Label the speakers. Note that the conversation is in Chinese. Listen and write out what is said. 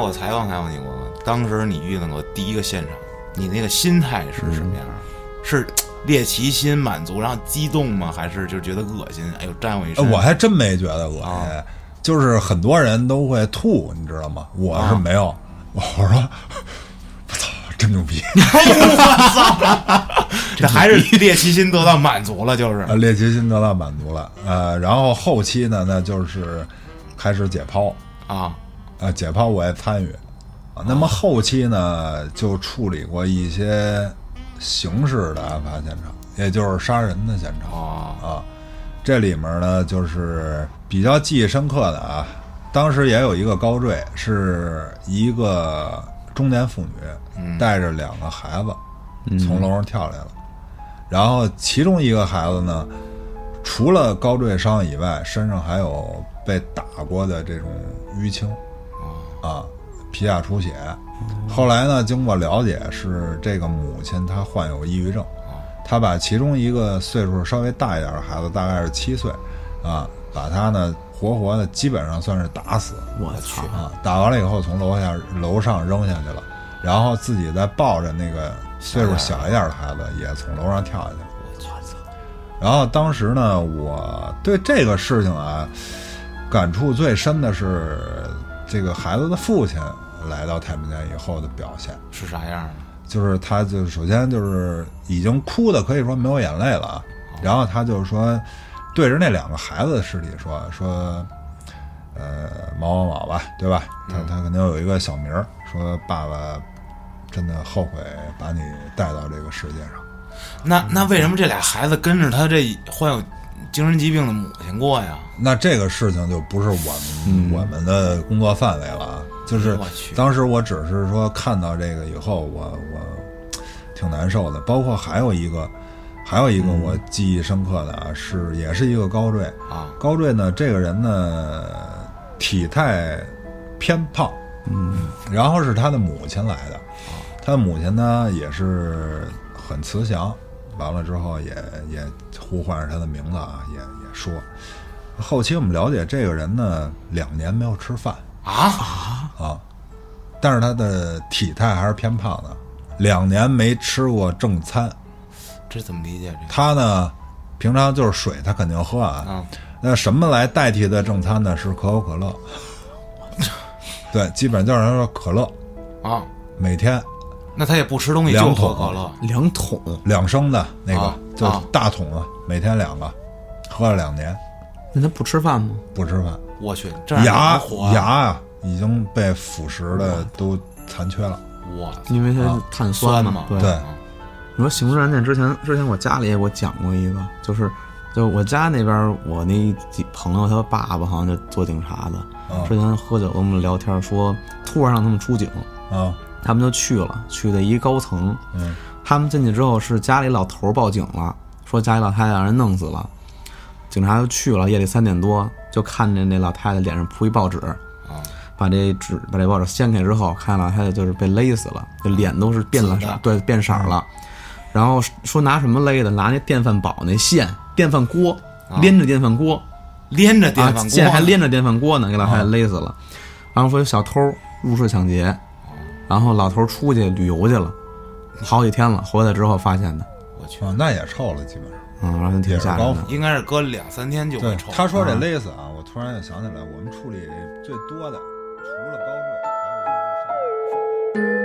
Speaker 1: 我采访采访你，我当时你遇到过第一个现场，你那个心态是什么样？
Speaker 2: 嗯
Speaker 1: 是猎奇心满足，然后激动吗？还是就觉得恶心？哎呦，站我一身，
Speaker 2: 呃我还真没觉得恶心，就是很多人都会吐，你知道吗？我是没有， 我我说我操，真牛逼！
Speaker 1: 这还是猎奇心得到满足了，就是
Speaker 2: 呃，猎奇心得到满足了，呃，然后后期呢，那就是开始解剖，
Speaker 1: 啊，
Speaker 2: 啊，解剖我也参与啊。那么后期呢，就处理过一些刑事的案发现场，也就是杀人的现场
Speaker 1: 哦
Speaker 2: 啊。这里面呢，就是比较记忆深刻的啊，当时也有一个高坠，是一个中年妇女带着两个孩子从楼上跳下来了，然后其中一个孩子呢。除了高坠伤以外，身上还有被打过的这种淤青，啊，皮下出血。后来呢，经过了解，是这个母亲她患有抑郁症，她把其中一个岁数稍微大一点的孩子，大概是七岁，啊，把他呢活活的基本上算是打死
Speaker 3: 我去，
Speaker 2: 啊，打完了以后从楼下楼上扔下去了，然后自己再抱着那个岁数小一点的孩子也从楼上跳下去了。
Speaker 3: 我操！
Speaker 2: 然后当时呢，我对这个事情啊，感触最深的是这个孩子的父亲来到太平间以后的表现，
Speaker 1: 是啥样的？
Speaker 2: 就是他就首先就是已经哭的可以说没有眼泪了啊，然后他就说对着那两个孩子的尸体说说，呃，毛毛毛吧，对吧？他他肯定有一个小名儿，说爸爸真的后悔把你带到这个世界上。
Speaker 1: 那那为什么这俩孩子跟着他这患有精神疾病的母亲过呀？
Speaker 2: 那这个事情就不是我们、我们的工作范围了啊。就是
Speaker 1: 嗯我去
Speaker 2: 当时我只是说看到这个以后，我我挺难受的。包括还有一个，还有一
Speaker 1: 嗯
Speaker 2: 个我记忆深刻的啊，是也是一个高坠
Speaker 1: 啊
Speaker 2: 高坠呢，这个人呢体态偏胖，嗯，然后是他的母亲来的，他的母亲呢也是很慈祥，完了之后也也呼唤着他的名字啊，也也说。后期我们了解这个人呢，两年没有吃饭，
Speaker 1: 啊，
Speaker 2: 啊，但是他的体态还是偏胖的，两年没吃过正餐。
Speaker 1: 这怎么理解这个？
Speaker 2: 他呢，平常就是水，他肯定喝啊。
Speaker 1: 嗯
Speaker 2: 那什么来代替的正餐呢？是可口 可乐。对，基本就是说可乐，
Speaker 1: 啊，
Speaker 2: 每天
Speaker 1: 那他也不吃东西，就
Speaker 2: 两
Speaker 1: 喝
Speaker 2: 桶啊
Speaker 1: 可乐。
Speaker 3: 两桶，
Speaker 2: 两升的那个，
Speaker 1: 啊
Speaker 2: 就是
Speaker 1: 啊
Speaker 2: 大桶啊，每天两个，喝了两年
Speaker 3: 那他不吃饭吗？
Speaker 2: 不吃饭，
Speaker 1: 我去，这样
Speaker 2: 牙
Speaker 1: 能活啊
Speaker 2: 牙啊已经被腐蚀的都残缺了。
Speaker 1: 我操
Speaker 3: 因为它碳
Speaker 1: 啊酸
Speaker 3: 嘛。
Speaker 1: 嘛，啊
Speaker 3: 对，
Speaker 2: 对
Speaker 3: 你说刑事案件之前，之前我家里也给我讲过一个，就是就我家那边儿我那几朋友他爸爸好像就做警察
Speaker 1: 啊
Speaker 3: 的，之前喝酒跟我们聊天说，突然让他们出警，
Speaker 2: 啊，
Speaker 3: 他们就去了，去的一高层，
Speaker 2: 嗯，
Speaker 3: 他们进去之后是家里老头儿报警了，说家里老太太让人弄死了，警察就去了，夜里三点多就看见那老太太脸上铺一报纸，
Speaker 1: 啊，
Speaker 3: 把这纸把这报纸掀开之后，看老太太就是被勒死了，就脸都是变了
Speaker 1: 紫
Speaker 3: 色
Speaker 1: 的，
Speaker 3: 对，变色儿了。然后说拿什么勒的？拿那电饭煲那线，电饭锅连着电饭锅
Speaker 1: 连着啊电
Speaker 3: 啊
Speaker 1: 饭，锅
Speaker 3: 线还
Speaker 1: 呢啊
Speaker 3: 连着电饭锅呢，给老太太勒死了。然后说有小偷入室抢
Speaker 1: 啊
Speaker 3: 劫，然后老头出去旅游去了，好几天了，回来之后发现的，
Speaker 1: 我去，
Speaker 2: 啊那也臭了，基本上。
Speaker 3: 嗯，然后
Speaker 2: 也
Speaker 3: 挺吓人
Speaker 2: 是
Speaker 3: 的
Speaker 2: 高。
Speaker 1: 应该是搁两三天就
Speaker 2: 对
Speaker 1: 会臭。，
Speaker 2: 他说这勒死啊，我突然就想起来，我们处理最多的除了高坠，还有一个是上吊